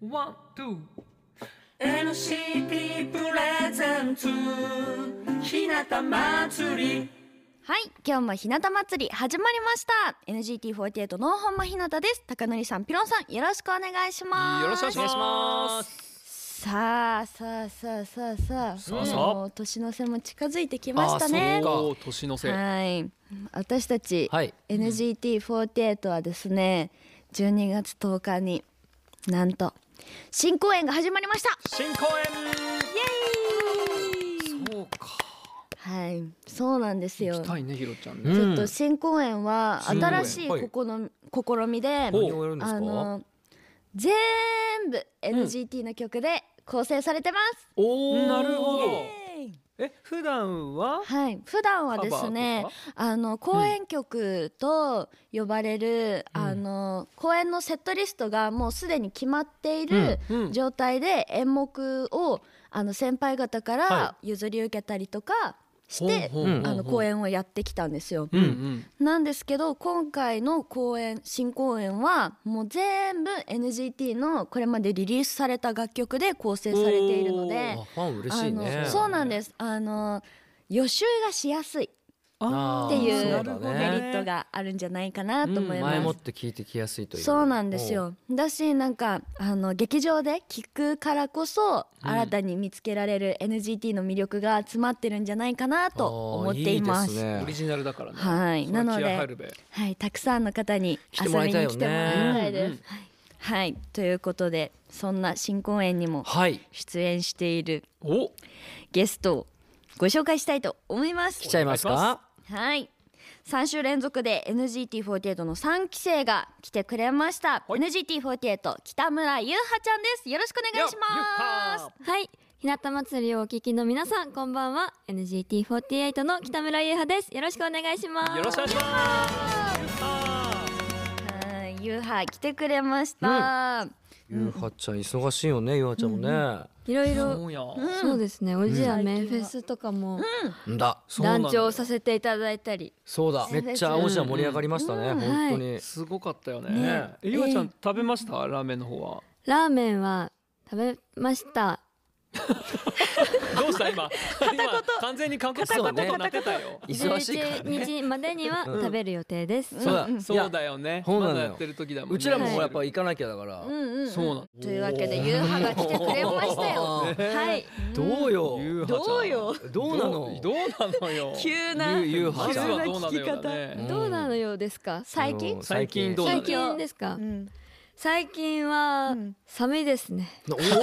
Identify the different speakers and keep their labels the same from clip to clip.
Speaker 1: ワン、ツー。。
Speaker 2: NCT プレゼンツ日向祭り
Speaker 3: はい今日も日向祭り始まりました NGT48 の本間日向です高則さんピロンさんよろしくお願いします
Speaker 4: よろしくお願いします
Speaker 3: すさあさあさあさあさあ
Speaker 4: さあさあ
Speaker 3: もう年の瀬も近づいてきましたね
Speaker 4: あそうか年のせい。
Speaker 3: はい私たち、
Speaker 4: はい
Speaker 3: NGT48 はですね12月10日になんと新公演が始まりました
Speaker 4: 新公演。
Speaker 3: イエーイ
Speaker 4: そうか。
Speaker 3: はいそうなんですよ
Speaker 4: 行きたいねひろちゃん
Speaker 3: ち
Speaker 4: ね。
Speaker 3: ょっと新公演は
Speaker 4: うん
Speaker 3: 新しい
Speaker 4: 新公演
Speaker 3: 試み,、試みで
Speaker 4: ほう何をやるんですか
Speaker 3: あの全部 NGT の曲で構成されてます、
Speaker 4: おおなるほど。
Speaker 1: え、普段は
Speaker 3: はい普段はですね
Speaker 1: カバーと
Speaker 3: あの公演曲と呼ばれる、
Speaker 4: うん
Speaker 3: あの公演のセットリストがもうすでに決まっている
Speaker 1: うんうん
Speaker 3: 状態で演目をあの先輩方か
Speaker 4: は
Speaker 3: ら譲り受けたりとかして、
Speaker 4: ほうほうほうほう
Speaker 3: あの公演をやってきたんですよ。
Speaker 4: うんうん。
Speaker 3: なんですけど今回の公演新公演はもう全部 NGT のこれまでリリースされた楽曲で構成されているので
Speaker 4: おーあファン嬉しい
Speaker 3: あ
Speaker 4: ね。
Speaker 3: のそうなんですあの予習がしやすい
Speaker 1: あ
Speaker 3: ってい
Speaker 1: な
Speaker 3: う
Speaker 1: るほど
Speaker 3: メ
Speaker 1: ね
Speaker 3: リットがあるんじゃないかなと思います。
Speaker 5: 前もって聞いてきやすいという
Speaker 3: そうなんですよだしなんかあの劇場で聞くからこそ新たに見つけられる NGT の魅力が詰まってるんじゃないかなと思っています。
Speaker 5: あーいい
Speaker 4: オ
Speaker 5: で
Speaker 4: リ
Speaker 5: す
Speaker 4: ジ
Speaker 5: ね
Speaker 4: ナルだからね。
Speaker 3: はい
Speaker 4: それ
Speaker 3: なので
Speaker 4: 気合入るべ
Speaker 3: はい、たくさんの方に
Speaker 5: 来て
Speaker 3: 遊
Speaker 5: もら
Speaker 3: び
Speaker 5: いたい
Speaker 3: に
Speaker 5: よ
Speaker 3: 来
Speaker 5: ね
Speaker 3: てもらいたいです。
Speaker 4: うんうん
Speaker 3: はい、ということでそんな新公演にも
Speaker 5: はい
Speaker 3: 出演している
Speaker 4: お
Speaker 3: ゲストをご紹介したいと思います
Speaker 5: 来。ちゃいます
Speaker 4: お願いし
Speaker 5: か
Speaker 3: はい3週連続で NGT48 の3期生が来てくれました、NGT48 北村優葉ちゃんですよろしくお願いします
Speaker 6: はい日向祭りをお聞きの皆さんこんばんは NGT48 の北村優派ですよろしくお願いします
Speaker 4: よろしくお願いします。
Speaker 3: はい優葉来てくれました、
Speaker 5: ゆうはちゃん忙しいよねゆうはちゃんもね、
Speaker 6: いろい
Speaker 4: そ
Speaker 6: ろ
Speaker 4: うや。
Speaker 6: そうですねおじやメンフェスとかも
Speaker 5: んだ
Speaker 4: そうなん
Speaker 6: 団
Speaker 4: だよ
Speaker 6: 長させていただいたり
Speaker 5: そうだめっちゃ青じゃ盛り上がりましたね、
Speaker 6: うん
Speaker 5: 本当に、
Speaker 4: すごかったよね。
Speaker 5: ね
Speaker 4: えゆうはちゃん食べましたラーメンの方は。
Speaker 6: ラーメンは食べました
Speaker 4: どうした今。今完全に韓国語
Speaker 5: 片言
Speaker 4: になってたよ。
Speaker 5: 忙しいからね
Speaker 6: 11日までには食べる予定です、
Speaker 5: そうだ、
Speaker 4: そう
Speaker 5: いや
Speaker 4: だよね。
Speaker 5: そうな
Speaker 4: ま
Speaker 5: のよ
Speaker 4: だやってる時だもんね。
Speaker 5: うちらも
Speaker 6: はい
Speaker 5: やっぱ行かなきゃだから、
Speaker 3: うんうんうん
Speaker 4: そうなの。
Speaker 3: というわけで優葉が来てくれましたよ
Speaker 5: おー
Speaker 3: はい
Speaker 5: どうよ
Speaker 4: ゆうはちゃん
Speaker 3: どうよ
Speaker 5: どうなの
Speaker 4: どうなのよ
Speaker 3: 急な
Speaker 5: ゆゆう
Speaker 4: ま
Speaker 5: はち
Speaker 4: ず
Speaker 5: ゃん
Speaker 4: はどうなのよだね
Speaker 5: ん
Speaker 6: どうなのようですか
Speaker 3: 最近
Speaker 5: うん
Speaker 4: 最近どうなの
Speaker 6: 最
Speaker 4: よ
Speaker 6: 近ですか、
Speaker 3: うん
Speaker 6: 最近は
Speaker 3: ん
Speaker 6: 寒いですね、
Speaker 5: お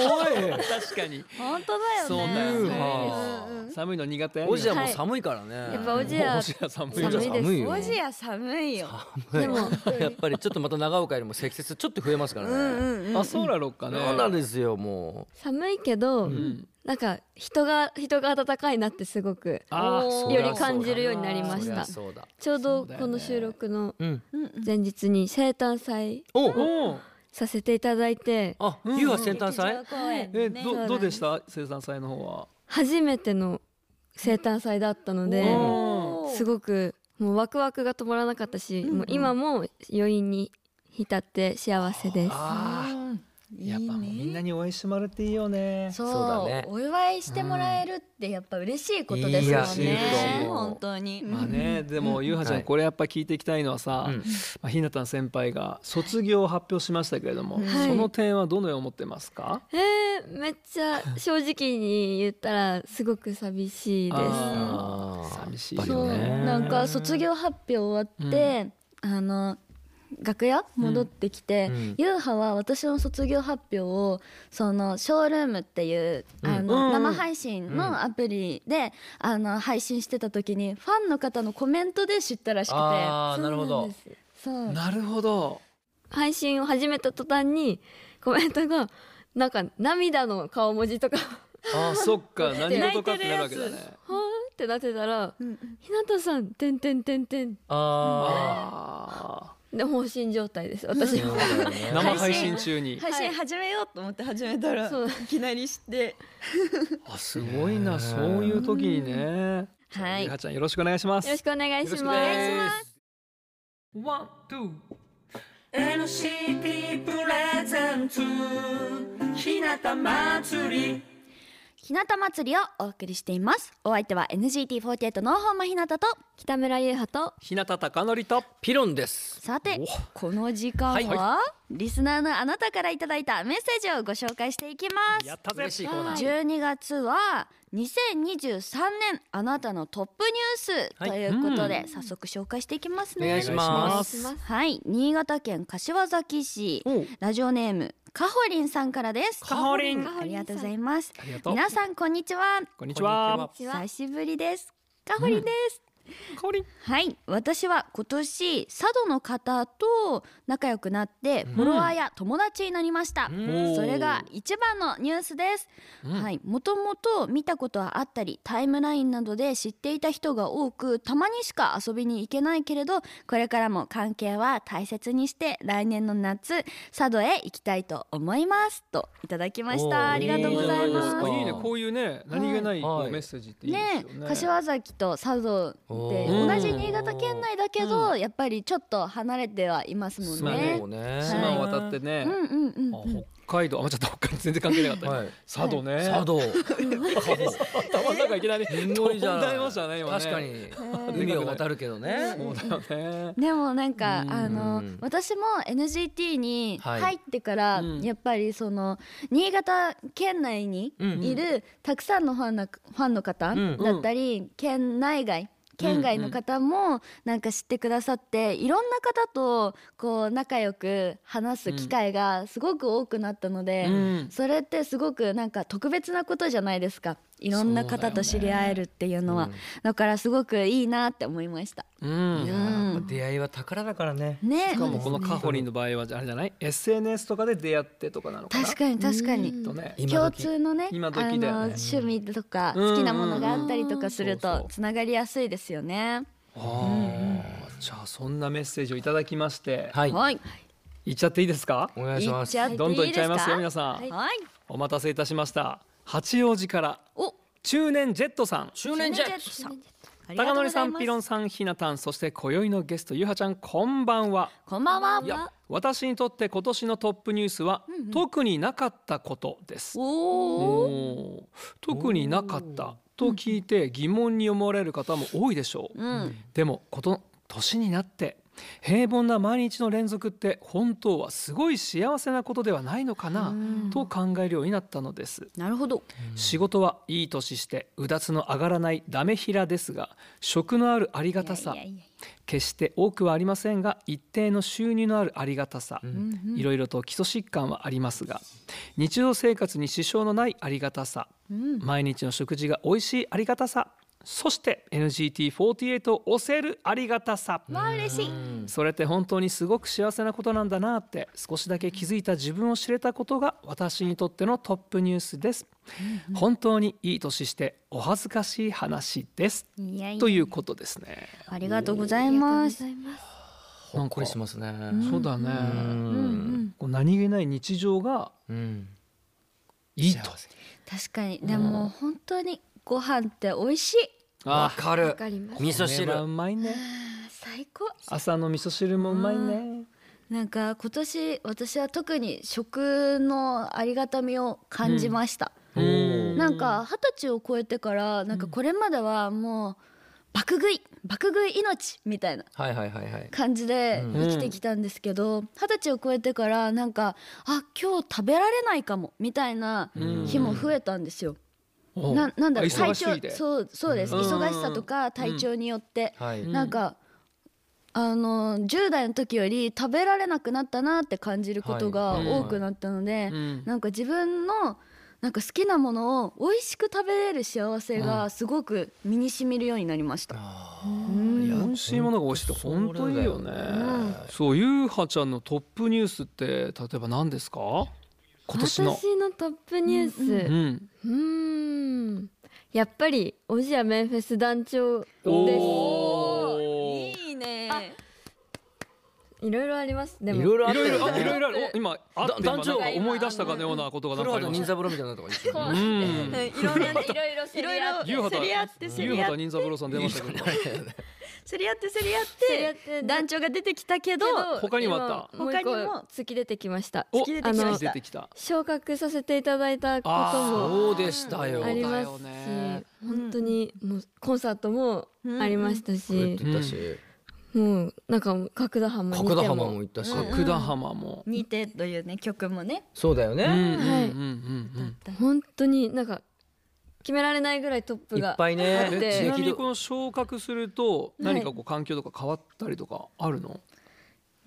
Speaker 4: 確
Speaker 5: い
Speaker 4: かに
Speaker 3: 本当だよね
Speaker 4: そうだよ
Speaker 5: ゆう
Speaker 4: ね
Speaker 5: は
Speaker 4: 寒いの苦手
Speaker 5: おじやもう寒いからね、
Speaker 6: やっぱおじや
Speaker 4: おじや寒い
Speaker 6: 寒いです
Speaker 5: 寒いよ
Speaker 3: おじや寒いよ
Speaker 6: でも
Speaker 5: やっぱりちょっとまた長岡よりも積雪ちょっと増えますからね、
Speaker 4: あそうらろっかね
Speaker 5: そうなんですよも
Speaker 6: 寒いけど、
Speaker 4: ん
Speaker 6: なんか人が人が暖かいなってすごく
Speaker 4: あー
Speaker 5: う
Speaker 4: そう
Speaker 6: より感じるようになり
Speaker 5: う
Speaker 6: まし
Speaker 5: そりゃ
Speaker 6: た
Speaker 5: そうだ
Speaker 6: ちょう
Speaker 4: そ
Speaker 6: ど
Speaker 4: うだよね
Speaker 6: この収録の
Speaker 5: うん
Speaker 6: 前日に生誕祭
Speaker 5: お
Speaker 4: おう
Speaker 6: させていただいて
Speaker 5: あ、ゆうは先端祭
Speaker 4: え
Speaker 6: そうなん
Speaker 4: ど
Speaker 6: です
Speaker 4: どうでした生産祭の方は
Speaker 6: 初めての生誕祭だったので
Speaker 4: お
Speaker 6: すごくもうワクワクが止まらなかったし、もう今も余韻に浸って幸せです
Speaker 4: あーやっぱもうみんなに応援してもらっていいよね
Speaker 3: そう
Speaker 5: そうだね
Speaker 3: お祝いしてもらえるってやっぱ嬉しいことですよ
Speaker 5: い
Speaker 3: ね
Speaker 5: や嬉しいと思う
Speaker 3: 本当に、
Speaker 4: まあねでもゆうはちゃ
Speaker 5: は
Speaker 4: ん
Speaker 5: い
Speaker 4: これやっぱ聞いていきたいのはさ
Speaker 5: うん
Speaker 4: まあひなたの先輩が卒業を発表しましたけれども
Speaker 6: はい
Speaker 4: その点はどのように思ってますか
Speaker 6: えー、めっちゃ正直に言ったらすごく寂しいです
Speaker 4: あー
Speaker 5: 寂
Speaker 4: 寂
Speaker 5: し
Speaker 4: し
Speaker 5: い
Speaker 4: い
Speaker 5: よ
Speaker 4: よ
Speaker 5: ね
Speaker 4: ね
Speaker 3: そうなんか卒業発表終わって、あの楽屋戻ってきて、
Speaker 5: うん
Speaker 3: ゆうはは私の卒業発表をそのショールームっていう、あの
Speaker 4: うん
Speaker 3: 生配信のアプリで、あの配信してた時にファンの方のコメントで知ったらしくて
Speaker 5: あーなるほ
Speaker 6: そう
Speaker 5: ど
Speaker 6: なんです
Speaker 3: そう
Speaker 4: なるほど
Speaker 6: 配信を始めた途端にコメントがなんか涙の顔文字とか
Speaker 4: あーそっか何事かってなるわけだね
Speaker 6: はーってなってたら「ひなたさんてんてんてんてん
Speaker 5: あ
Speaker 4: あ」
Speaker 6: で放心状態です私は。
Speaker 4: ー
Speaker 5: ー
Speaker 4: 生配信中に
Speaker 3: 配信始めようと思って始めたら、
Speaker 6: そう
Speaker 3: い、きなり知って
Speaker 4: あすごいなそういう時にね
Speaker 3: はい
Speaker 4: ゆはちゃんよろしくお願いします
Speaker 6: よろしくお願いします。
Speaker 1: ワン、ツー。
Speaker 2: NCT プレゼンツ日向祭り
Speaker 3: 日向祭りをお送りしていますお相手は NGT48 の本間日向と
Speaker 6: 北村優派と
Speaker 4: 日向貴則と
Speaker 5: ピロンです。
Speaker 3: さてこの時間は、リスナーのあなたからいただいたメッセージをご紹介していきます
Speaker 4: やったぜ
Speaker 5: 嬉しいコーナー。
Speaker 3: 12月は2023年あなたのトップニュースということで、早速紹介していきますね
Speaker 5: お願いします。
Speaker 6: す
Speaker 3: はい新潟県柏崎市ラジオネームかほりんさんからです
Speaker 4: かほりん
Speaker 3: ありがとうございます
Speaker 4: ありがとう
Speaker 3: 皆さんこんにちは
Speaker 4: こんにちは
Speaker 6: ちは
Speaker 3: 久しぶりですかほりんです、
Speaker 4: かほりん
Speaker 3: はい私は今年佐渡の方と仲良くなってフォロワーや友達になりました、
Speaker 4: ん
Speaker 3: それが一番のニュースです、はいもともと見たことはあったりタイムラインなどで知っていた人が多くたまにしか遊びに行けないけれどこれからも関係は大切にして来年の夏佐渡へ行きたいと思いますといただきまし
Speaker 5: お
Speaker 3: た
Speaker 5: ー
Speaker 3: ありがとうござい
Speaker 5: いいじ
Speaker 3: ま
Speaker 5: ゃないですすか
Speaker 4: いいねこういうね何気ないこ
Speaker 5: は
Speaker 4: う
Speaker 5: い
Speaker 4: メッセージっていいで
Speaker 3: ね
Speaker 4: すよね
Speaker 3: 柏崎と佐渡って
Speaker 5: お
Speaker 3: 同
Speaker 5: ー
Speaker 3: じ新潟県内だけど、やっぱりちょっと離れてはいますもん
Speaker 4: まあ
Speaker 3: ね
Speaker 5: そう。ね。
Speaker 4: 島を渡ってね
Speaker 3: うんうんうん
Speaker 4: あ
Speaker 3: うん。
Speaker 4: 北海道あ間違った北海道全然関係なかったね
Speaker 5: はい。
Speaker 4: 佐渡ね
Speaker 5: 佐 渡。
Speaker 4: 頭の中いきなり飛ん
Speaker 5: すごい
Speaker 4: じ
Speaker 5: じゃん
Speaker 4: ましたね今ね
Speaker 5: 確かに海を渡るけどね。
Speaker 4: そうだよね
Speaker 3: でもなんか
Speaker 5: うん
Speaker 3: あの私も NGT に
Speaker 5: はい
Speaker 3: 入ってから、
Speaker 4: うん
Speaker 3: やっぱりその新潟県内に
Speaker 5: うん
Speaker 3: いるたくさんのファンなファンの方
Speaker 5: ん
Speaker 3: だったり、県内外県外の方もなんか知ってくださって、いろんな方とこう仲良く話す機会がすごく多くなったので、
Speaker 4: うん
Speaker 3: それってすごくなんか特別なことじゃないですかいろんな方と知り合えるっていうのはだ,、からすごくいいなって思いました。
Speaker 4: うん
Speaker 5: いやーやっぱ出会いは宝だからね。
Speaker 3: ね
Speaker 4: しかもこのカホリンの場合はあれじゃない SNS とかで出会ってとかなのかな
Speaker 3: 確かに確かに
Speaker 4: とね
Speaker 5: 今
Speaker 3: 共
Speaker 5: 時。
Speaker 3: 通のね
Speaker 4: 今時だよね
Speaker 3: あの趣味とか
Speaker 4: うん
Speaker 3: 好きなものがあったりとかする
Speaker 4: そうそ
Speaker 3: と
Speaker 4: う
Speaker 3: つながりやすいですよね。
Speaker 4: あーじゃあそんなメッセージをいただきまして
Speaker 5: はい。
Speaker 3: はい、
Speaker 4: いっちゃっていいですか
Speaker 5: お願いしま
Speaker 3: っち
Speaker 5: す。
Speaker 3: ゃっていいですか
Speaker 4: どんどんいっちゃいますよ皆さん
Speaker 3: はい、はい、
Speaker 4: お待たせいたしました八王子から
Speaker 3: お
Speaker 4: 中年ジェットさん
Speaker 5: 中年じゃ。
Speaker 3: ありがと
Speaker 4: 高
Speaker 3: う
Speaker 4: 典
Speaker 3: ございます
Speaker 4: さんピロンさんひなたんそして今宵のゲストゆはちゃんこんばんは
Speaker 3: こんばん
Speaker 6: いや
Speaker 3: は。
Speaker 4: 私にとって今年のトップニュースは、特になかったことです
Speaker 3: おお、
Speaker 4: おー特になかったと聞いて疑問に思われる方も多いでしょう、
Speaker 3: うん、
Speaker 4: でもこと年になって平凡な毎日の連続って本当はすごい幸せなことではないのかなと考えるようになったのです
Speaker 3: なるほど。
Speaker 4: 仕事はいい年してうだつの上がらないダメ平ですが職のあるありがたさ
Speaker 3: いやいやいや
Speaker 4: 決して多くはありませんが一定の収入のあるありがたさいろいろと基礎疾患はありますが日常生活に支障のないありがたさ毎日の食事が美味しいありがたさそして NGT48 を押せるありがたさ
Speaker 3: わあ嬉しい。
Speaker 4: それって本当にすごく幸せなことなんだなって少しだけ気づいた自分を知れたことが私にとってのトップニュースです本当にいい年してお恥ずかしい話です
Speaker 3: いやいや
Speaker 4: ということですね
Speaker 3: ありがとうござ
Speaker 6: あ
Speaker 3: い
Speaker 6: りがとうご
Speaker 3: ます
Speaker 6: ざ。います
Speaker 5: ほっこりしますね。
Speaker 4: そうだね、
Speaker 5: うん。
Speaker 4: こう何気ない日常が
Speaker 5: うん。
Speaker 4: いいと
Speaker 3: 確かに、でも本当にご飯って美味しい。
Speaker 5: わ
Speaker 4: あ
Speaker 5: か
Speaker 6: わ
Speaker 5: る。
Speaker 6: かります
Speaker 5: 味噌汁
Speaker 4: これ。はうまいね
Speaker 3: 最高。
Speaker 4: 朝の味噌汁もうまいね
Speaker 3: なんか今年私は特に食のありがたみを感じました。
Speaker 5: おー
Speaker 3: なんか二十歳を超えてからなんかこれまではもう爆食い爆食い命みたいな
Speaker 5: はいはいはいはい。
Speaker 3: 感じで生きてきたんですけど二十歳を超えてからなんかあ今日食べられないかもみたいな日も増えたんですよ。
Speaker 4: お
Speaker 3: ななんだろう
Speaker 4: あ忙し
Speaker 3: 体
Speaker 4: いで
Speaker 3: 調そうそうです
Speaker 4: うん
Speaker 3: 忙しさとか体調によって、
Speaker 5: はい。
Speaker 3: なんか、あの10代の時より食べられなくなったなって感じることが
Speaker 5: はい
Speaker 3: 多くなったので、
Speaker 4: ん
Speaker 3: なんか自分のなんか好きなものを美味しく食べれる幸せがすごく身に染みるようになりました。
Speaker 4: いや美味しいものが美味しいって本当いいよねそうゆうはちゃんのトップニュースって例えば何ですか今年の
Speaker 6: 私のトップニュース
Speaker 4: う
Speaker 6: うんーんやっぱりおじやメンフェス団長です
Speaker 4: おー
Speaker 3: いいね
Speaker 6: いろいろあります。でも
Speaker 5: いろいろあ
Speaker 4: い
Speaker 5: った
Speaker 4: ろいろ
Speaker 5: よ
Speaker 4: あいろい
Speaker 5: ね
Speaker 4: ろあるお今あって
Speaker 5: だ団長
Speaker 4: 今なんか思い出したかのようなことがな
Speaker 5: 古
Speaker 4: んかあり
Speaker 5: 畑
Speaker 4: ました
Speaker 5: 任三郎みたいなのとか一緒
Speaker 6: こ
Speaker 5: に
Speaker 6: う
Speaker 4: うん
Speaker 6: いろんなねいろいろ競
Speaker 7: いろい
Speaker 6: り合っ
Speaker 7: ろ
Speaker 6: て
Speaker 4: 夕
Speaker 7: 競り合って
Speaker 4: 夕
Speaker 7: 競り合
Speaker 4: 畑
Speaker 7: って
Speaker 4: 任三郎さん出ましたけど
Speaker 7: 競り合って競り合っ
Speaker 6: 競り合ってて
Speaker 3: 団長が出てきたけど
Speaker 4: 他にもあった
Speaker 6: 今もう一個
Speaker 7: 他にも
Speaker 6: 突き出てきました
Speaker 4: お
Speaker 7: 突き出てき
Speaker 6: あ
Speaker 7: ま
Speaker 6: の
Speaker 7: した
Speaker 4: 出てきた
Speaker 6: 昇格させていただいたこ
Speaker 4: あ
Speaker 6: とも
Speaker 5: そうでしたよ
Speaker 6: ありますし
Speaker 4: そうだよね
Speaker 6: 本当にもうコンサートもありました
Speaker 5: これ
Speaker 6: し
Speaker 5: って、言ったし
Speaker 6: もうなんか角田浜にいても
Speaker 5: 角田浜も行ったし
Speaker 4: 角田浜も
Speaker 7: 似てというね曲もね
Speaker 5: そうだよ
Speaker 4: うんうん
Speaker 5: ね
Speaker 4: うん
Speaker 6: はい
Speaker 4: うん
Speaker 6: 本当になんか決められないぐらいトップ
Speaker 5: い
Speaker 6: が
Speaker 5: っぱい
Speaker 6: だ
Speaker 5: ね
Speaker 6: って
Speaker 4: えち
Speaker 5: 刺
Speaker 4: なみ
Speaker 5: 激
Speaker 4: に
Speaker 5: 度
Speaker 4: この昇格すると何かこう環境とか変わったりとかあるの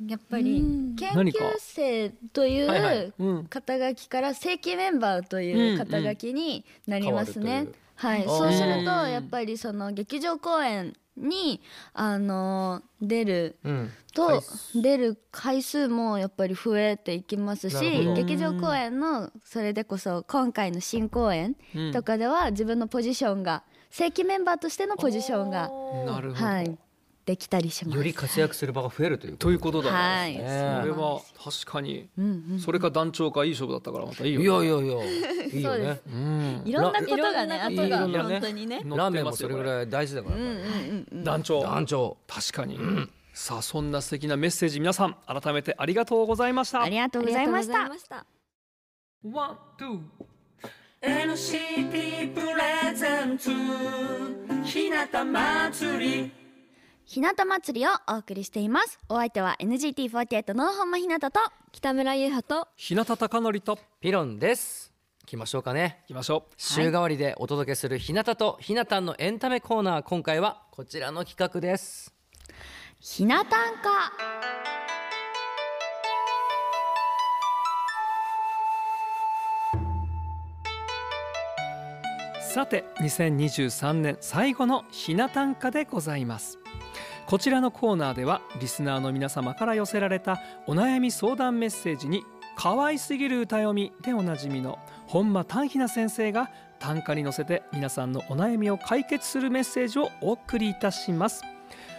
Speaker 7: やっぱり研
Speaker 4: 何
Speaker 7: 究
Speaker 4: か
Speaker 3: 生とい
Speaker 5: はいは
Speaker 3: う
Speaker 5: い
Speaker 4: うん
Speaker 3: 肩書きから正規メンバーという肩書きになります
Speaker 5: うん
Speaker 3: ね
Speaker 5: うん。
Speaker 3: はい、
Speaker 5: 変わ
Speaker 3: そう
Speaker 5: るという
Speaker 3: すると
Speaker 4: うん
Speaker 3: やっぱりその劇場公演にあの出る
Speaker 5: うん回
Speaker 3: と
Speaker 5: 数
Speaker 3: 出る回数もやっぱり増えていきますし
Speaker 5: なるほど
Speaker 3: 劇場公演のそれでこそ今回の新公演
Speaker 4: うん
Speaker 3: とかでは自分のポジションが正規メンバーとしてのポジションが、
Speaker 4: なるほ
Speaker 3: は
Speaker 4: ど
Speaker 3: い、できたりします。
Speaker 5: より活躍する場が増えるということ
Speaker 4: いうことだ
Speaker 3: は
Speaker 4: ね
Speaker 3: い
Speaker 5: ね
Speaker 4: それは確かに
Speaker 3: うんうん
Speaker 4: それか団長かいい勝負だったからまたいい
Speaker 5: いやい
Speaker 4: よ
Speaker 5: やい やいいよね
Speaker 4: うん
Speaker 7: いろんなことがね
Speaker 6: ラ
Speaker 7: あ
Speaker 6: い
Speaker 7: と
Speaker 5: ろんな
Speaker 7: が
Speaker 5: ことが
Speaker 7: 本当にね
Speaker 4: 乗ってますよ
Speaker 5: ラーメンもそれぐらい大事だから
Speaker 7: うんうんうんうん
Speaker 4: 団長
Speaker 5: 団長
Speaker 4: 確かに、さあそんな素敵なメッセージ皆さん改めてありがとうございました
Speaker 3: ありがと
Speaker 6: あ
Speaker 3: う
Speaker 6: り
Speaker 3: ご
Speaker 6: が
Speaker 3: ざ
Speaker 6: と
Speaker 3: いうま
Speaker 6: ご
Speaker 3: し
Speaker 6: ざい
Speaker 3: た
Speaker 6: ま。した
Speaker 1: ワン、ツー。
Speaker 2: NCT プレゼンツ日向祭り
Speaker 3: ひなた祭りをお送りしています。お相手は NGT48 の本間ひなたと
Speaker 6: 北村優派と
Speaker 4: 日向貴教と
Speaker 5: ピロンです行きましょうかね
Speaker 4: いきましょう
Speaker 5: 週替わりでお届けする日向と日向のエンタメコーナー今回はこちらの企画です
Speaker 3: ひなたんか。
Speaker 4: さて2023年最後のひな短歌でございますこちらのコーナーではリスナーの皆様から寄せられたお悩み相談メッセージに可愛すぎる歌読みでおなじみの本間丹ひな先生が短歌に乗せて皆さんのお悩みを解決するメッセージをお送りいたします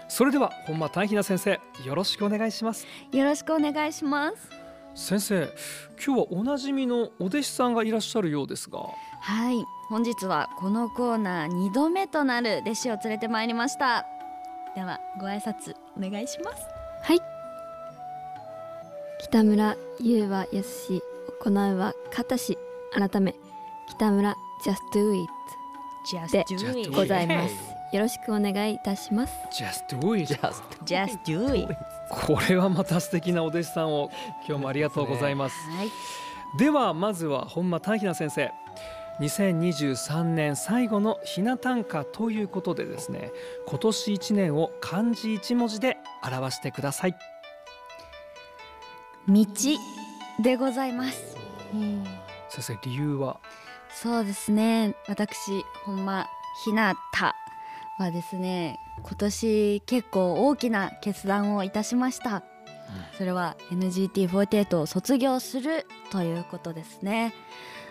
Speaker 4: それでは本間丹ひな先生よろしくお願いします
Speaker 3: よろしくお願いします。
Speaker 4: 先生今日はおなじみのお弟子さんがいらっしゃるようですが
Speaker 3: はい、本日はこのコーナー2度目となる弟子を連れてまいりました。ではご挨拶お願いします。
Speaker 6: 北村優はやすし行うはかたし改め北村 just do it で
Speaker 7: Just do
Speaker 5: Just
Speaker 7: it
Speaker 6: ございますよろしくお願いいたします
Speaker 4: Just do it
Speaker 5: Just
Speaker 7: Just do it
Speaker 4: これはまた素敵なお弟子さんを今日もありがとうございます。
Speaker 3: はい、
Speaker 4: ではまずは本間丹ひな先生。2023年最後のひな短歌ということでですね今年1年を漢字1文字で表してください
Speaker 3: 道でございます。
Speaker 4: 先生理由は
Speaker 3: そうですね私ほんまひなたはですね今年結構大きな決断をいたしました、それは NGT48 を卒業するということですね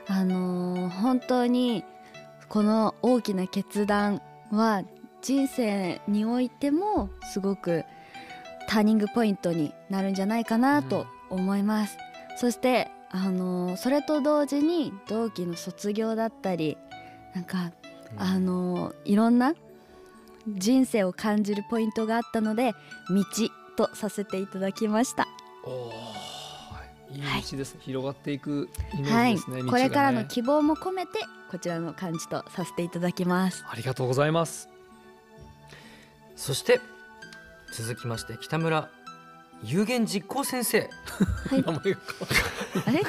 Speaker 3: あのー本当にこの大きな決断は人生においてもすごくターニングポイントになるんじゃないかなと思います、そしてあのーそれと同時に同期の卒業だったりなんか、
Speaker 5: うん
Speaker 3: あのーいろんな人生を感じるポイントがあったので道とさせていただきました、
Speaker 4: いい道です、広がっていくイメ
Speaker 3: は
Speaker 4: ージ
Speaker 3: い、
Speaker 4: ですね,、
Speaker 3: これから
Speaker 4: 道が
Speaker 3: の
Speaker 4: ね
Speaker 3: 希望も込めてこちらの漢字とさせていただき ます
Speaker 4: ありがとうございます
Speaker 5: そして続きまして北村有言実行先生
Speaker 4: 名前が
Speaker 3: あれ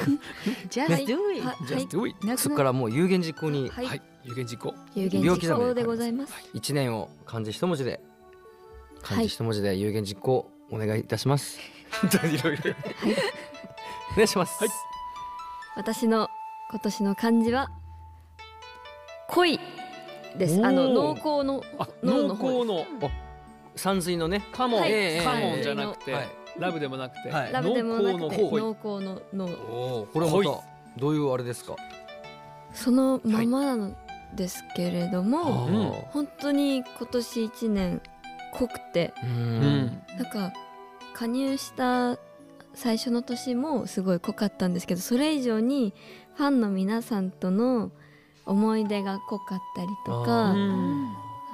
Speaker 7: Just do it
Speaker 6: はは
Speaker 4: Just
Speaker 6: い
Speaker 4: do it
Speaker 5: そこからもう有言実行に
Speaker 6: はい
Speaker 4: はい有言実行
Speaker 6: 有言
Speaker 5: 病気
Speaker 6: 実
Speaker 5: だね
Speaker 6: 行でございます
Speaker 5: 1年を漢字一文字で漢字一文字で有言実行お願いいたします、
Speaker 4: いろいろ
Speaker 5: お願いします、
Speaker 4: はい
Speaker 6: 私の今年の漢字は恋です
Speaker 4: おー
Speaker 6: あの濃厚の
Speaker 4: あ濃
Speaker 6: 脳の
Speaker 4: 厚
Speaker 6: 方です
Speaker 4: の
Speaker 5: 山水のね
Speaker 4: カモン、
Speaker 6: はい
Speaker 5: ええ
Speaker 4: カモンじゃなくて、
Speaker 5: はい
Speaker 4: ラブでもなくて、
Speaker 5: はい
Speaker 6: ラブでもなくて
Speaker 4: 濃厚の濃
Speaker 6: 濃厚の濃
Speaker 5: おおこれまたどういうあれですか
Speaker 6: そのままなんですけれども、
Speaker 4: あうん
Speaker 5: あ
Speaker 6: 本当に今年一年濃くて
Speaker 5: ーう
Speaker 4: うん
Speaker 5: ん
Speaker 6: なんか加入した最初の年もすごい濃かったんですけどそれ以上にファンの皆さんとの思い出が濃かったりと
Speaker 5: あ
Speaker 6: か
Speaker 5: ー
Speaker 4: うん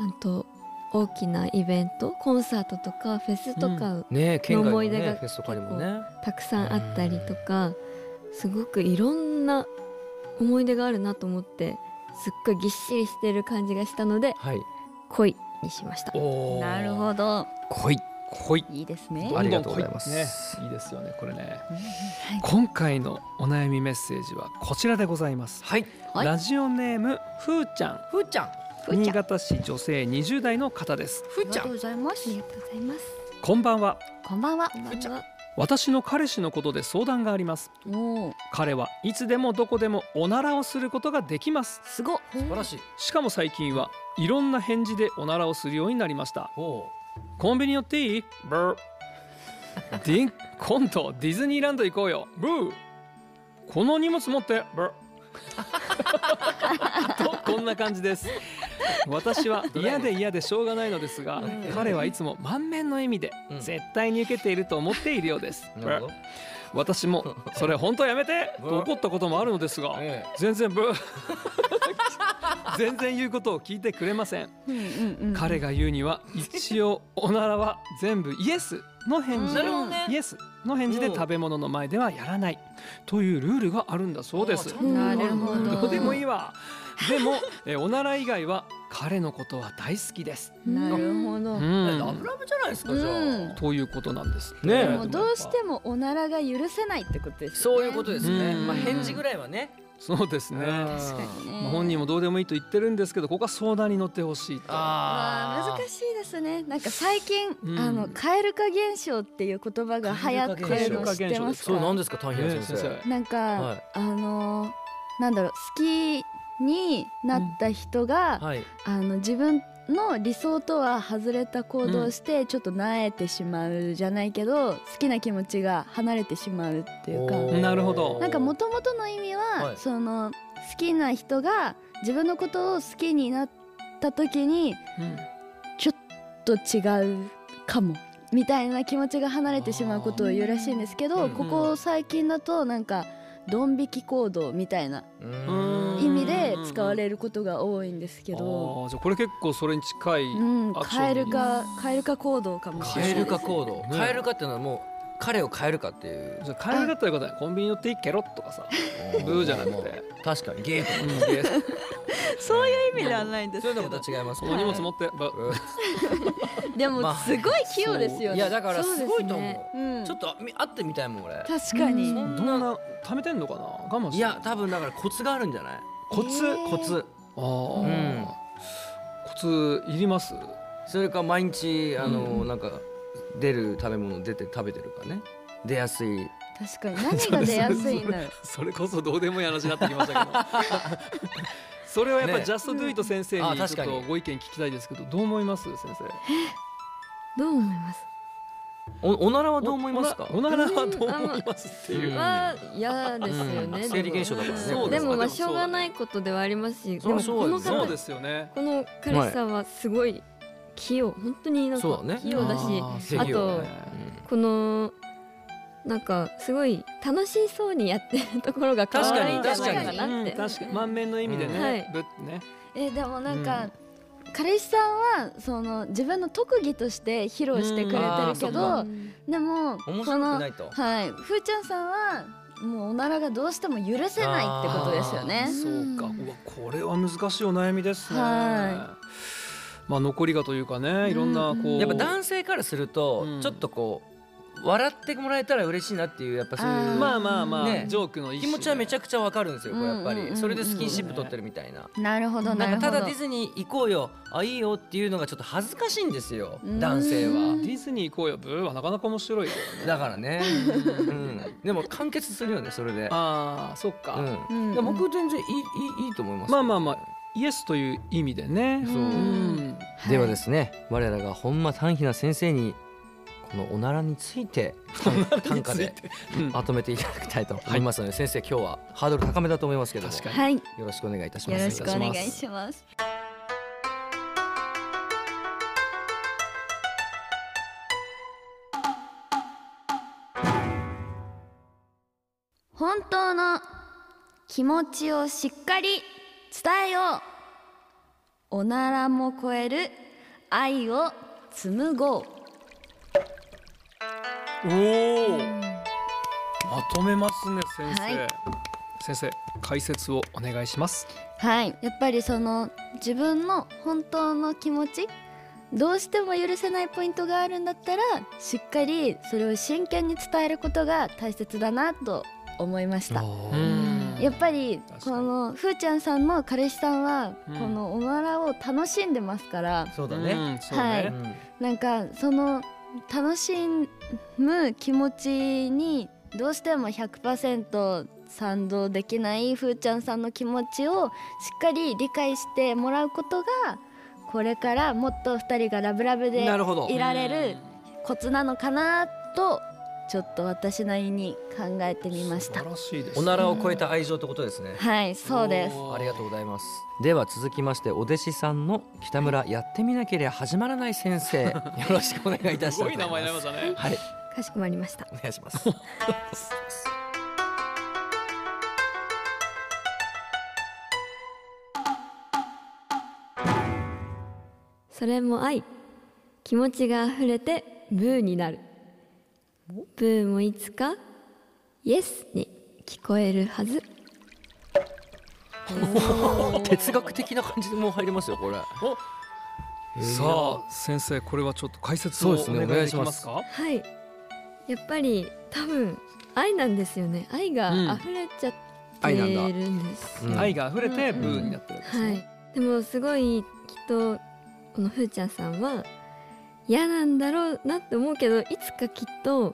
Speaker 6: あと大きなイベントコンサートとかフェスとか
Speaker 5: ねえ県外の
Speaker 6: 思い出
Speaker 5: ね
Speaker 6: が
Speaker 5: フェスとかにもね
Speaker 6: たくさんあったりとかすごくいろんな思い出があるなと思ってすっごいぎっしりしてる感じがしたので
Speaker 5: はい
Speaker 6: 恋にしました。
Speaker 4: おー
Speaker 3: なるほど
Speaker 5: 来い来い
Speaker 7: いいですね
Speaker 4: ど
Speaker 5: あ
Speaker 4: ん
Speaker 5: り
Speaker 4: ど
Speaker 5: が
Speaker 4: ん
Speaker 5: とう
Speaker 4: 来
Speaker 5: ご
Speaker 4: い
Speaker 5: ざいま
Speaker 4: ですねいいですよねこれね
Speaker 7: うん
Speaker 4: 今回のお悩みメッセージはこちらでございます
Speaker 5: はい
Speaker 3: はい
Speaker 4: ラジオネームふーちゃん
Speaker 5: ふーちゃん
Speaker 3: ふ
Speaker 4: 新
Speaker 3: ーちゃんあ
Speaker 4: 潟市女性20代の方です
Speaker 5: ふー
Speaker 3: り
Speaker 5: ち
Speaker 3: が
Speaker 5: ゃ
Speaker 3: とうんございます
Speaker 6: ありがとうございます。
Speaker 4: こんばんは
Speaker 3: こんばんは
Speaker 4: 私の彼氏のことで相談があります
Speaker 3: おー
Speaker 4: 彼はいつでもどこでもおならをすることができます
Speaker 3: すごっ
Speaker 5: 素晴らしい
Speaker 4: しかも最近はいろんな返事でおならをするようになりました
Speaker 5: おう
Speaker 4: コンビニ寄っていいブーディン今度ディズニーランド行こうよブーこの荷物持ってブー とこんな感じです私は嫌で嫌でしょうがないのですが彼はいつも満面の笑みで
Speaker 5: うん
Speaker 4: 絶対に受けていると思っているようです、ブ
Speaker 5: なる
Speaker 4: ー
Speaker 5: ほど
Speaker 4: 私もそれ本当やめて
Speaker 5: ブー
Speaker 4: と怒ったこともあるのですが
Speaker 5: え
Speaker 4: 全然ブー 全然言うことを聞いてくれません
Speaker 3: うんうんうん
Speaker 4: 彼が言うには一応おならは全部イエスの返事で
Speaker 5: なるほどね
Speaker 4: イエスの返事で
Speaker 5: うん
Speaker 4: 食べ物の前ではやらないというルールがあるんだそうです
Speaker 5: あちゃんと
Speaker 3: なるほ
Speaker 6: うん
Speaker 3: ど
Speaker 4: どうでもいいわでもえおなら以外は彼のことは大好きです
Speaker 3: なるほ
Speaker 4: う
Speaker 3: ど
Speaker 5: えラ
Speaker 4: ん
Speaker 5: ブラブじゃないですかじゃあ
Speaker 3: うん
Speaker 4: ということなんです
Speaker 5: ねえ
Speaker 3: でもどうしてもおならが許せないってことですよ
Speaker 5: そう
Speaker 3: ね
Speaker 5: いうことですね
Speaker 4: うん
Speaker 5: まあ返事ぐらいはね
Speaker 4: そうですね
Speaker 5: 確
Speaker 3: 確かにね
Speaker 4: まあ本人もどうでもいいと言ってるんですけどここは相談に乗ってほしいと
Speaker 5: あ
Speaker 3: ま
Speaker 5: ー
Speaker 3: あ難しいですねなんか最近、
Speaker 4: うん
Speaker 3: あの蛙化現象っていう言葉が流行ってるの知ってます
Speaker 5: それ
Speaker 3: か
Speaker 5: 何ですか、単平
Speaker 4: ね
Speaker 5: 先生。
Speaker 3: なんか、
Speaker 5: はい
Speaker 3: あのーなんだろう好きになった人が、
Speaker 5: はい。
Speaker 3: あの自分の理想とは外れた行動をして、ちょっとなえてしまうじゃないけど好きな気持ちが離れてしまうっていうか
Speaker 5: お
Speaker 4: なるほど
Speaker 3: なんかもともとの意味は、
Speaker 5: はい
Speaker 3: その好きな人が自分のことを好きになった時に
Speaker 4: うん
Speaker 3: ちょっと違うかもみたいな気持ちが離れてしまうことを言うらしいんですけ
Speaker 5: あー
Speaker 3: ど、
Speaker 5: うん
Speaker 3: ここ最近だとなんかドン引き行動みたいな
Speaker 5: う
Speaker 4: うん
Speaker 3: 意味で使われることが多いんですけど、
Speaker 4: あーじゃあこれ結構それに近い、
Speaker 3: うん、
Speaker 4: アクション
Speaker 3: カエル化カエル化行動かもしれない
Speaker 5: 変え
Speaker 3: で
Speaker 5: る
Speaker 3: すね
Speaker 5: か行動。
Speaker 4: ね
Speaker 5: 変えるかっていうのはもう彼を変えるかっていう。
Speaker 4: じゃあカエルだったらよかったねコンビニ寄っていいケロッとかさブーじゃなくて
Speaker 5: もう。確かにゲート。
Speaker 7: そういう意味ではないんです
Speaker 5: そうい
Speaker 7: け
Speaker 5: うの
Speaker 7: ど
Speaker 5: また違います
Speaker 4: こ
Speaker 5: け
Speaker 4: の
Speaker 5: ど
Speaker 4: 荷
Speaker 5: ね。
Speaker 4: 物持って、ば
Speaker 5: うん
Speaker 3: で
Speaker 5: ま
Speaker 3: も
Speaker 5: あ
Speaker 3: すごい器用ですよね、
Speaker 5: いやだから
Speaker 3: そうですね
Speaker 5: ごいと思
Speaker 3: う
Speaker 5: う。
Speaker 3: ん
Speaker 5: ちょっとみ会ってみたいもん俺。
Speaker 3: 確かに、
Speaker 5: そ
Speaker 4: どんな貯めてんのかな我慢して
Speaker 5: い
Speaker 4: い
Speaker 5: や多分だからコツがあるんじゃない？
Speaker 4: コツ、
Speaker 3: えー
Speaker 5: コツ。
Speaker 4: あー
Speaker 5: うん
Speaker 4: コツいります
Speaker 5: それか毎日あ
Speaker 4: う
Speaker 5: のなんか出る食べ物出て食べてるかね。出やすい。
Speaker 3: 確 かに何が出やすいんだろう
Speaker 4: それこそどうでもいい話になってきました けどそれはやっぱ、
Speaker 5: ね
Speaker 4: ジャストドゥイト先生
Speaker 5: あ
Speaker 4: にち
Speaker 5: 確
Speaker 4: ょ
Speaker 5: か
Speaker 4: っ
Speaker 5: に
Speaker 4: とご意見聞きたいですけどどう思います先生
Speaker 6: どう思います？
Speaker 5: おおならはどう思いますか？
Speaker 4: おなおならはどう思いますっていう、
Speaker 5: うん
Speaker 6: は嫌ですよね。
Speaker 5: うん
Speaker 6: でも
Speaker 5: 生理現象だからね
Speaker 4: そう
Speaker 5: これ
Speaker 6: でもま
Speaker 4: そうで
Speaker 6: あ
Speaker 4: す
Speaker 6: しょうがないことではありますし、で
Speaker 5: そう
Speaker 6: も
Speaker 5: そう
Speaker 6: この
Speaker 5: そ
Speaker 6: 方
Speaker 4: そうですよね
Speaker 6: この彼氏さんはすごい器用、本当になん
Speaker 5: そう
Speaker 6: か
Speaker 5: だね
Speaker 6: 器用だし、
Speaker 4: ー
Speaker 6: あとこのなんかすごい楽しそうにやってるところが可愛いんじゃないか
Speaker 4: う
Speaker 6: なっ
Speaker 4: ん
Speaker 6: て。
Speaker 4: 確かに満面の意味でね、
Speaker 6: うんはい
Speaker 4: ぶってね
Speaker 3: えでもなんか、彼氏さんはその自分の特技として披露してくれてるけ
Speaker 5: うん
Speaker 3: ど、
Speaker 6: あー
Speaker 3: でも
Speaker 5: 面
Speaker 3: こ
Speaker 5: 白く
Speaker 3: の
Speaker 5: ないと。
Speaker 3: はいふーちゃんさんはもうおならがどうしても許せないってことですよ
Speaker 4: あ
Speaker 3: ね
Speaker 4: ー。そうか、うわこれは難しいお悩みですね。
Speaker 3: は
Speaker 4: まあ残りがというかね、いろんなこう、
Speaker 5: やっぱ男性からすると、
Speaker 4: うん
Speaker 5: ちょっとこう笑ってもらえたら嬉しいなっていうやっぱそう
Speaker 3: あ
Speaker 5: いう
Speaker 3: ー
Speaker 4: まあまあまあ、
Speaker 5: ね
Speaker 4: ジョークの一
Speaker 5: 気持ちはめちゃ
Speaker 4: く
Speaker 5: くちゃわかるんですよ、これやっぱ
Speaker 3: うんうんうんう
Speaker 5: り
Speaker 3: ん
Speaker 5: それでスキンシップ取ってるみたいな。
Speaker 3: なるほどな
Speaker 5: な
Speaker 3: る
Speaker 5: ん
Speaker 3: ほ
Speaker 5: か
Speaker 3: ど。
Speaker 5: ただディズニー行こうよあいいよっていうのがちょっと恥ずかしいんですよ
Speaker 3: うん
Speaker 5: 男
Speaker 4: デ
Speaker 5: 性は
Speaker 4: ィズニー行こうよブーはなかなか面白いよ、ね。
Speaker 5: だからね、うん、でも完結するよねそれで、
Speaker 4: ああそっか、
Speaker 5: うん
Speaker 3: うん。
Speaker 5: いや僕全然いいいいいいと思います
Speaker 4: まあまあまイエスという意味でね。
Speaker 5: そう
Speaker 4: うん
Speaker 5: あではですすね我らが本間丹比な先生にこのおならにつ いて短歌 で
Speaker 4: うん
Speaker 5: まとめていただきたいと思いますので、先生今日はハードル高めだと思いますけども
Speaker 4: 確か
Speaker 3: はいよ
Speaker 5: よろしくお願いいたします
Speaker 3: ろしくお願い
Speaker 4: お願い
Speaker 3: します。本当の気持ちをしっかり伝えようおならも超える愛を紡ごう
Speaker 4: おおまとめますね先生、
Speaker 3: はい
Speaker 4: 先生解説をお願いします
Speaker 3: はいやっぱりその自分の本当の気持ちどうしても許せないポイントがあるんだったらしっかりそれを真剣に伝えることが大切だなと思いました
Speaker 4: うん
Speaker 3: やっぱり
Speaker 4: 確かに
Speaker 3: このふーちゃんさんの彼氏さんは
Speaker 4: うん
Speaker 3: このおならを楽しんでますから、
Speaker 2: そうだ
Speaker 4: う
Speaker 2: ね、
Speaker 4: んそうね
Speaker 2: うん
Speaker 3: なんかその楽しむ気持ちにどうしても100%賛同できないふーちゃんさんの気持ちをしっかり理解してもらうことがこれからもっと2人がラブラブで
Speaker 5: なるほど
Speaker 3: いられるコツなのかなとちょっと私なりに考えてみまし
Speaker 4: 素
Speaker 3: た
Speaker 4: 晴。らしいです
Speaker 5: おならを超えた愛情ってことですね
Speaker 3: はい、そうです。
Speaker 4: おー
Speaker 5: ありがとうございますでは続きましてお弟子さんの北村やってみなければ始まらない 先生よろしくお願いいたし
Speaker 4: す
Speaker 5: ま
Speaker 4: ご
Speaker 5: す
Speaker 4: い名前になりましたね
Speaker 5: はい
Speaker 6: かしこまりました
Speaker 5: お願いします
Speaker 6: それも愛気持ちが溢れてブーになるブーもいつかイエスに聞こえるはず
Speaker 5: 哲学的な感じでもう入りますよこれ
Speaker 4: さあ先生これはちょっと解説を
Speaker 5: そ
Speaker 4: お
Speaker 5: うですね
Speaker 4: 願いできます
Speaker 5: お
Speaker 4: か
Speaker 6: はいやっぱり多分愛なんですよね愛が溢れちゃって
Speaker 5: 愛なんだ
Speaker 6: るんですよ、
Speaker 5: うん
Speaker 4: 愛が溢れてブーになってるんです
Speaker 6: はいでもすごいきっとこのふーちゃんさんは嫌なんだろうなって思うけどいつかきっと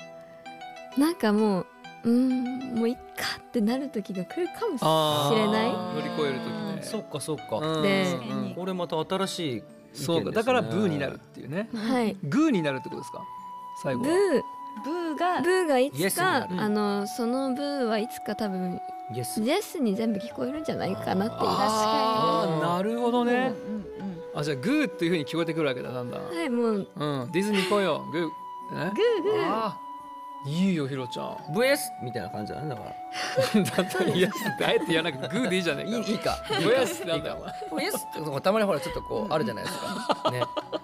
Speaker 6: なんかもううーんもういっかってなる時が来るかもしれない
Speaker 4: あー
Speaker 6: 知れない
Speaker 4: 乗り越える時ね
Speaker 5: そっかそっか、
Speaker 4: うん
Speaker 6: で
Speaker 4: うん
Speaker 7: 確かに
Speaker 5: これまた新しい意見です
Speaker 4: そう
Speaker 5: ね
Speaker 4: かだからブーになるっていうね
Speaker 6: はい。
Speaker 4: グーになるってことですか最後
Speaker 6: ブ
Speaker 4: は
Speaker 6: ー、
Speaker 7: ブーが
Speaker 6: ブーがい
Speaker 5: イエ
Speaker 6: つ
Speaker 5: スにな
Speaker 6: か、
Speaker 5: る
Speaker 6: あのそのブーはいつか多分
Speaker 5: イエス
Speaker 6: イエスに全部聞こえるんじゃないかなっていう。は
Speaker 4: あー
Speaker 5: あ
Speaker 4: なるほどね
Speaker 7: うんうん
Speaker 4: あじゃあグーっていう風に聞こえてくるわけだだんだん
Speaker 6: い、も
Speaker 4: う
Speaker 6: う
Speaker 4: んディズニー行こうよグーね
Speaker 7: グーグー
Speaker 4: あーいいよひろちゃん
Speaker 5: ブエスみたいな感じだねだから
Speaker 4: だってイエスってあえて言わなくてグーでいいじゃないか
Speaker 5: いいいいか
Speaker 4: ブエスなんだよ
Speaker 5: ブエスってたまにほらちょっとこうあるじゃないで すかね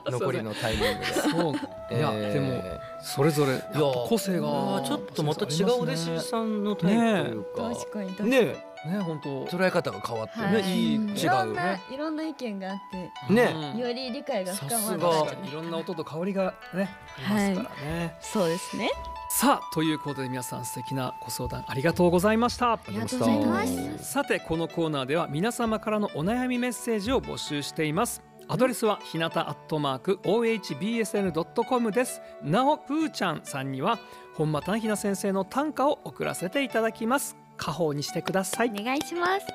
Speaker 5: 残りのタイミングで
Speaker 4: そういや
Speaker 5: えー
Speaker 4: でもそれぞれやっぱ個性が
Speaker 5: いやーちょっとまた違うお弟子さんのタイプというか
Speaker 7: 確かに確かに、
Speaker 5: ね
Speaker 4: ね本当
Speaker 5: 捉え方が変わって
Speaker 7: は
Speaker 5: ね
Speaker 7: い
Speaker 5: いい
Speaker 7: い
Speaker 5: 違
Speaker 7: ろ
Speaker 5: うん
Speaker 7: な
Speaker 5: ね
Speaker 7: いろんな意見があって
Speaker 5: ね
Speaker 7: より理解が深まる
Speaker 5: さす
Speaker 4: 確かにいろんな音と香りがねあ
Speaker 6: はい
Speaker 4: りますからね
Speaker 7: そうですね
Speaker 4: さあということで皆さん素敵なご相談ありがとうございました
Speaker 3: ありがとうございます。
Speaker 4: さてこのコーナーでは皆様からのお悩みメッセージを募集していますアドレスはひなたアットマーク ohbsn.com ですなおぷーちゃんさんには本間丹ひな先生の短歌を送らせていただきます家宝にしてください
Speaker 3: お願いします。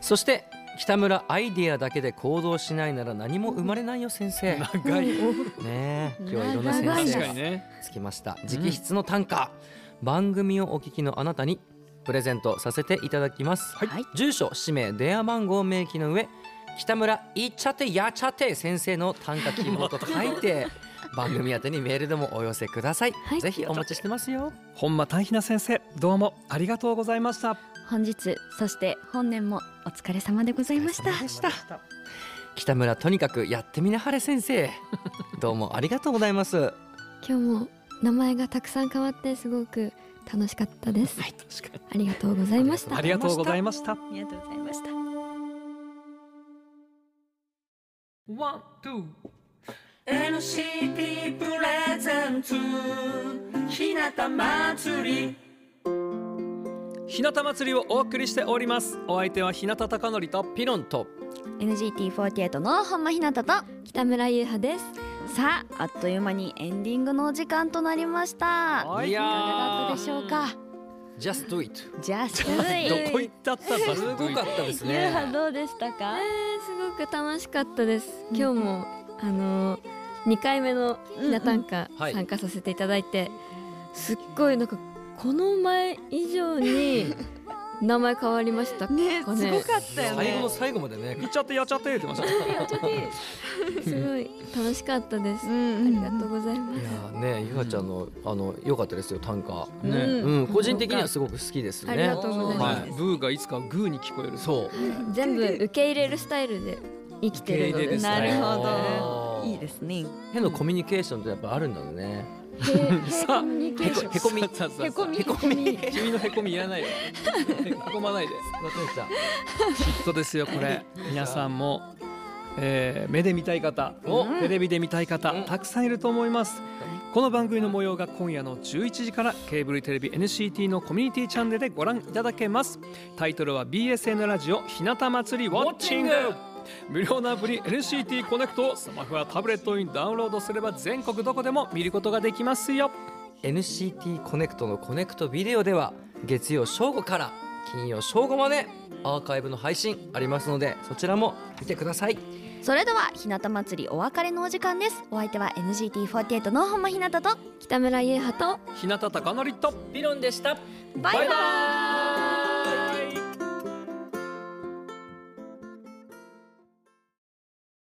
Speaker 5: そして北村アイディアだけで行動しないなら何も生まれないよ先生ね
Speaker 4: 長い
Speaker 5: え今日はいろんな先
Speaker 3: 長い
Speaker 5: 生
Speaker 4: 確
Speaker 5: が
Speaker 4: かにね
Speaker 5: つきました直筆の短歌、番組をお聞きのあなたにプレゼントさせていただきます、
Speaker 3: はい
Speaker 5: 住所氏名電話番号を明記の上北村いっちゃってやっちゃって先生の短歌希望と書 いて番組宛てにメールでもお寄せください、
Speaker 3: い
Speaker 5: ぜひお待ちしてますよ
Speaker 4: 本間丹ひな先生どうもありがとうございました
Speaker 3: 本日そして本年もお疲れ様でございました。
Speaker 5: 北村とにかくやってみなはれ 先生どうもありがとうございます
Speaker 6: 今日も名前がたくさん変わってすごく楽しかったです。
Speaker 4: 確かに
Speaker 6: ありがとうございました。
Speaker 4: ありがとうございました
Speaker 7: ありがとうございました
Speaker 1: One, two.
Speaker 2: NCT プレゼンツひなた祭り
Speaker 4: 日向祭りをお送りしておりますお相手は日向貴則と
Speaker 5: ピロンと
Speaker 3: NGT48 の本間ひなたと
Speaker 6: 北村優葉です。
Speaker 3: さああっという間にエンディングのお時間となりました。いか
Speaker 4: はい
Speaker 3: がだったでしょうか。
Speaker 5: Just Do It
Speaker 3: じゃあす
Speaker 4: どこ行ったったら
Speaker 5: すごかったです
Speaker 3: ゆうは
Speaker 5: ね
Speaker 3: どうでした
Speaker 6: え
Speaker 3: か。
Speaker 6: ー、すごく楽しかったです。今日もあの二回目のひな短歌
Speaker 5: はい
Speaker 6: 参加さ せていただいて、すっごいなんかこの前以上に名前変わりましたか
Speaker 3: ね
Speaker 6: ね
Speaker 3: すごかったよ
Speaker 5: 最後
Speaker 3: ね。
Speaker 5: の最後までね
Speaker 4: 言っちゃってやっちゃってって言ってまし
Speaker 6: すごい楽しかったです、
Speaker 3: ん
Speaker 6: ありがとうございま
Speaker 5: い
Speaker 6: す
Speaker 5: やーねゆかちゃんのあの良かったですよ短歌
Speaker 4: たね。
Speaker 5: う
Speaker 4: ね
Speaker 5: ん個人的にはすごく好きですね
Speaker 6: ありがとうございます、
Speaker 4: はい。ブーがいつかはグーに聞こえる。
Speaker 5: そう
Speaker 6: 全部受け入れるスタイルで生きてるの
Speaker 4: 受け入れ
Speaker 6: で
Speaker 4: るス
Speaker 3: な
Speaker 4: タイル
Speaker 3: るほど。
Speaker 5: あー
Speaker 7: いいですね。
Speaker 5: 変なコミュニケーションってやっぱあるんだろうね
Speaker 4: さあ
Speaker 5: へこへこみ
Speaker 4: さあさあさあ
Speaker 6: へこみ
Speaker 5: へこみ
Speaker 4: 君のへこみいらないよ。へこまないで。
Speaker 5: わかりました
Speaker 4: きっとですよこれ皆さんも、えー目で見たい方テレビで見たい方
Speaker 5: うん
Speaker 4: たくさんいると思いますこの番組の模様が今夜の11時からケーブルテレビ NCT のコミュニティチャンネルでご覧いただけますタイトルは BSN ラジオひなた祭りウォッチング無料のアプリ NCT コネクトをスマホやタブレットにダウンロードすれば全国どこでも見ることができますよ
Speaker 5: NCT コネクトのコネクトビデオでは月曜正午から金曜正午までアーカイブの配信ありますのでそちらも見てください
Speaker 3: それでは日向祭りお別れのお時間です。お相手は NGT48 の本間ひなたと
Speaker 6: 北村優葉と
Speaker 4: 日向貴教と
Speaker 5: 理論でした
Speaker 3: バイバイ。